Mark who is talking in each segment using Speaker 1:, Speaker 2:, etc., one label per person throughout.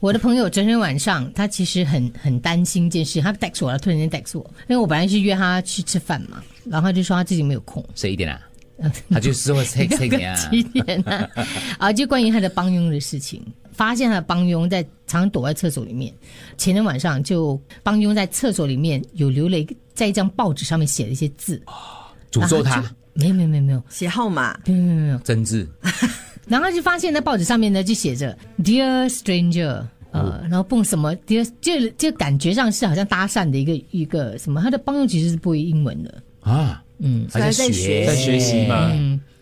Speaker 1: 我的朋友昨天晚上他其实很很担心一件事，他 text 我了，突然间 text 我，因为我本来是约他去吃饭嘛，然后他就说他自己没有空，。
Speaker 2: 谁一点啊？他就是这么黑黑点啊
Speaker 1: 几点 啊？啊，就关于他的帮佣的事情，发现他的帮佣在常常躲在厕所里面。前天晚上就帮佣在厕所里面有留了一个，在一张报纸上面写了一些字，
Speaker 2: 诅咒
Speaker 1: 然后
Speaker 2: 他
Speaker 1: 就，没有没有没有没有
Speaker 3: 写号码，
Speaker 1: 没有没有没有，
Speaker 2: 真挚，
Speaker 1: 然后他就发现那报纸上面呢就写着 Dear Stranger。呃，然后蹦什么，dear，就就感觉上是好像搭讪的一个一个什么，他的帮佣其实是不会英文的，
Speaker 2: 啊，嗯，还在
Speaker 3: 所以在
Speaker 2: 学，
Speaker 3: 学
Speaker 4: 在学习嘛，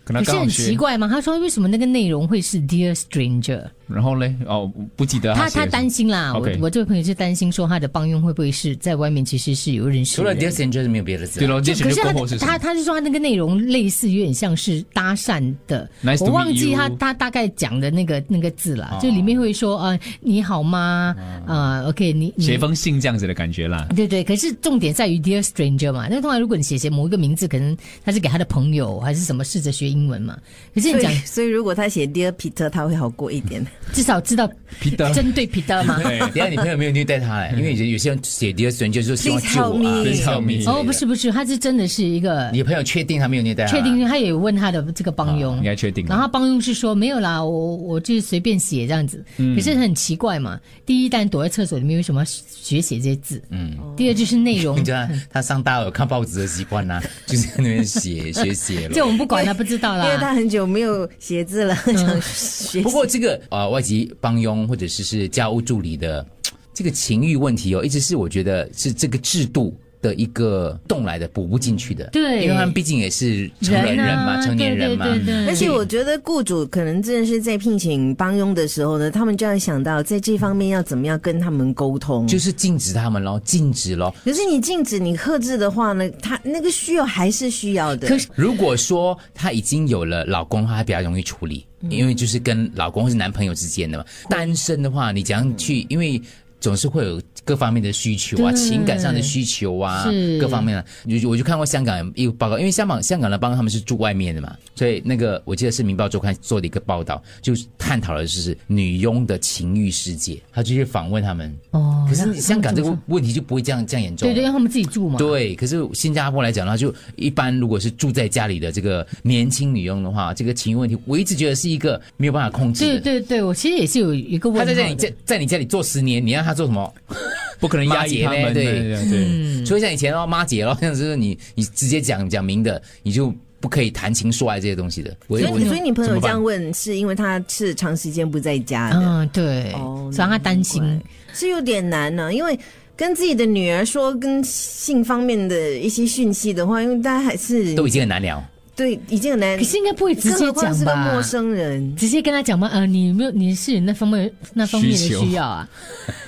Speaker 4: 可能
Speaker 1: 哎可是
Speaker 4: 刚好
Speaker 1: 很奇
Speaker 4: 学。
Speaker 1: 怪嘛。他说为什么那个内容会是 Dear Stranger？
Speaker 4: 然后嘞，哦，不记得
Speaker 1: 他
Speaker 4: 写
Speaker 1: 他
Speaker 4: 的
Speaker 1: 担心啦，我
Speaker 4: OK
Speaker 1: 我这位朋友是担心说他的帮佣会不会是在外面其实是有认识
Speaker 2: 除了
Speaker 1: 的
Speaker 2: Dear
Speaker 1: 人。
Speaker 2: Stranger 没有别的字
Speaker 4: 对
Speaker 2: 啊。
Speaker 4: 咯，这
Speaker 1: 可
Speaker 4: 选
Speaker 1: 是
Speaker 4: 择过后
Speaker 1: 他
Speaker 4: 是什
Speaker 1: 他嗯
Speaker 4: 么？
Speaker 1: 他是说他那个内容类似有点像是搭讪的
Speaker 4: Nice to
Speaker 1: 我忘记
Speaker 4: meet you 啊
Speaker 1: 他他大概讲的那个那个字了，就里面会说呃你好吗呃 OK 你
Speaker 4: 写一
Speaker 1: 你
Speaker 4: 封信这样子的感觉啦。
Speaker 1: 对对，可是重点在于 Dear Stranger 嘛，那通常如果你写写某一个名字，可能他是给他的朋友还是什么，试着学英文嘛。可是
Speaker 3: 所
Speaker 1: 你
Speaker 3: 以
Speaker 1: 讲
Speaker 3: 所以如果他写 Dear Peter，他会好过一点。
Speaker 1: 至少知道
Speaker 4: Peter
Speaker 1: 针对 Peter 嘛。
Speaker 4: 对，
Speaker 2: 等一下你朋友没有虐待他嘞，因为有些有些人写 Dear Stranger 就是希望
Speaker 3: Please
Speaker 2: 救我啊
Speaker 3: help me
Speaker 2: ，Please help me 之类的
Speaker 1: 哦，不是，不是，他是真的是一个
Speaker 2: 你朋友确定他没有虐待他？
Speaker 1: 确定，他也问他的这个帮佣，
Speaker 4: 应该确
Speaker 2: 嗯
Speaker 4: 定了。
Speaker 1: 嗯然后他帮佣是说没有啦，我我就是随便写这样子。
Speaker 2: 嗯
Speaker 1: 可是很奇怪嘛，第一，但躲在厕所里面为什么要学写这些字？嗯。第二就是内容
Speaker 2: 你，知道他上大有看报纸的习惯啦，就是在那边写写写
Speaker 1: 这
Speaker 2: 了。
Speaker 1: 我们不管了，不知道
Speaker 3: 因为
Speaker 1: 啦。嗯
Speaker 3: 他很久没有写字了，想学
Speaker 2: 不。过这个呃外籍帮佣或者是是家务助理的呃这个情欲问题哦，一直是我觉得是这个制度。的一个动来的补不进去的，
Speaker 1: 对
Speaker 2: 因为他们毕竟也是成年人嘛，
Speaker 1: 啊，
Speaker 2: 成年人嘛，
Speaker 1: 对对对对
Speaker 3: 而且我觉得雇主可能真的是在聘请帮佣的时候呢，他们就要想到在这方面要怎么样跟他们沟通。
Speaker 2: 就是禁止他们咯，禁止咯。
Speaker 3: 可是你禁止你克制的话呢，他那个需要还是需要的。
Speaker 1: 可是
Speaker 2: 如果说她已经有了老公的话，她比较容易处理，
Speaker 1: 嗯
Speaker 2: 因为就是跟老公或是男朋友之间的嘛。单身的话，你怎样去？因为总是会有各方面的需求啊，
Speaker 1: 对
Speaker 2: 情感上的需求啊
Speaker 1: 是，
Speaker 2: 各方面啊。我我就看过香港一个报告，因为香港香港的帮他们是住外面的嘛，所以那个我记得是《明报周刊》做的一个报道，就是探讨的就是女佣的情欲世界，他就去访问他们。
Speaker 1: 哦
Speaker 2: 可是香港这
Speaker 1: 那
Speaker 2: 个问题就不会这样这样严重啊
Speaker 1: 对
Speaker 2: 了。
Speaker 1: 对，让他们自己住嘛。
Speaker 2: 对，可是新加坡来讲的话，就一般如果是住在家里的这个年轻女佣的话，这个情欲问题，我一直觉得是一个没有办法控制
Speaker 1: 对
Speaker 2: 的。
Speaker 1: 对对，我其实也是有一个问
Speaker 2: 她在
Speaker 1: 题。
Speaker 2: 这里在在你家里做十年，你让她做什么？
Speaker 4: 不可能压抑他
Speaker 2: 巴结
Speaker 4: 们，
Speaker 2: 呢
Speaker 4: 对
Speaker 2: 对
Speaker 4: 对对，
Speaker 3: 嗯
Speaker 2: 除非像以前哦，妈姐咯，像是你你直接讲讲明的，你就不可以谈情说爱这些东西的。我
Speaker 3: 所
Speaker 2: 我
Speaker 3: 以所以你朋
Speaker 2: 怎么
Speaker 3: 友这
Speaker 2: 办
Speaker 3: 样问，是因为他是长时间不在家的。
Speaker 1: 嗯，对，
Speaker 3: 哦
Speaker 1: 所以他担
Speaker 3: 难
Speaker 1: 心
Speaker 3: 怪。是有点难呢、因为跟自己的女儿说跟性方面的一些讯息的话，因为大家还是
Speaker 2: 都已经很难聊，
Speaker 3: 对已经很难，
Speaker 1: 可是应该不会直
Speaker 3: 更
Speaker 1: 接
Speaker 3: 何况
Speaker 1: 讲
Speaker 3: 是个
Speaker 1: 吧？
Speaker 3: 陌生人。
Speaker 1: 直接跟他讲嘛，呃，你有没有你是有那方面那方面的
Speaker 4: 需求
Speaker 1: 需要啊？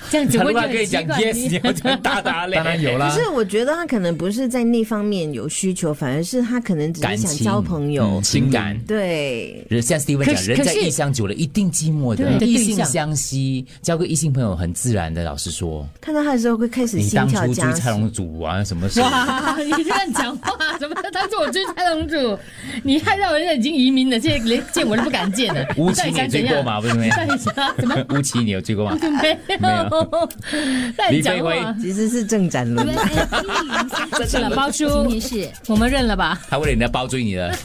Speaker 1: 这样子我
Speaker 2: 如
Speaker 1: 就
Speaker 2: 果
Speaker 1: 很
Speaker 2: 可以
Speaker 1: 奇
Speaker 2: 讲
Speaker 1: 怪。
Speaker 2: yes，你
Speaker 1: 你
Speaker 2: 要讲大大 嘞，
Speaker 4: 当然有啦
Speaker 3: 可。是我觉得他可能不是在那方面有需求，反而是他可能只是
Speaker 2: 感
Speaker 3: 想
Speaker 2: 情
Speaker 3: 交朋友
Speaker 2: 嗯。情感。
Speaker 3: 对，
Speaker 2: 人像 Steven
Speaker 1: 可
Speaker 2: 讲，
Speaker 1: 是
Speaker 2: 人
Speaker 1: 可
Speaker 2: 在
Speaker 1: 是
Speaker 2: 异乡久了，一定寂寞的。
Speaker 1: 对
Speaker 2: 异
Speaker 1: 对
Speaker 2: 性
Speaker 1: 象
Speaker 2: 相吸，交个异性朋友很自然的。老实说，
Speaker 3: 看到他的时候会开始
Speaker 2: 你
Speaker 3: 心
Speaker 2: 当
Speaker 3: 跳
Speaker 2: 初追
Speaker 3: 加
Speaker 2: 蔡
Speaker 3: 速。
Speaker 2: 龙祖啊，什么事？
Speaker 1: 哇，你这样讲话，怎么？他说我追蔡龙主，你害到人家已经移民了，现在连见我都不敢见 了。
Speaker 2: 乌
Speaker 1: 你
Speaker 2: 奇
Speaker 1: 到底
Speaker 2: 你也
Speaker 1: 想
Speaker 2: 追
Speaker 1: 怎
Speaker 2: 过
Speaker 1: 样？
Speaker 2: 吗？不是没
Speaker 1: 你到底想啊怎么？
Speaker 2: 乌奇你有追过吗？
Speaker 1: 没
Speaker 2: 没
Speaker 1: 有，在
Speaker 2: 李
Speaker 1: 讲啊
Speaker 2: 飞
Speaker 1: 话
Speaker 2: 辉。
Speaker 3: 其实是正展伦，
Speaker 1: 啊是了，包叔，我们认了吧。
Speaker 2: 他为了你的包追你的。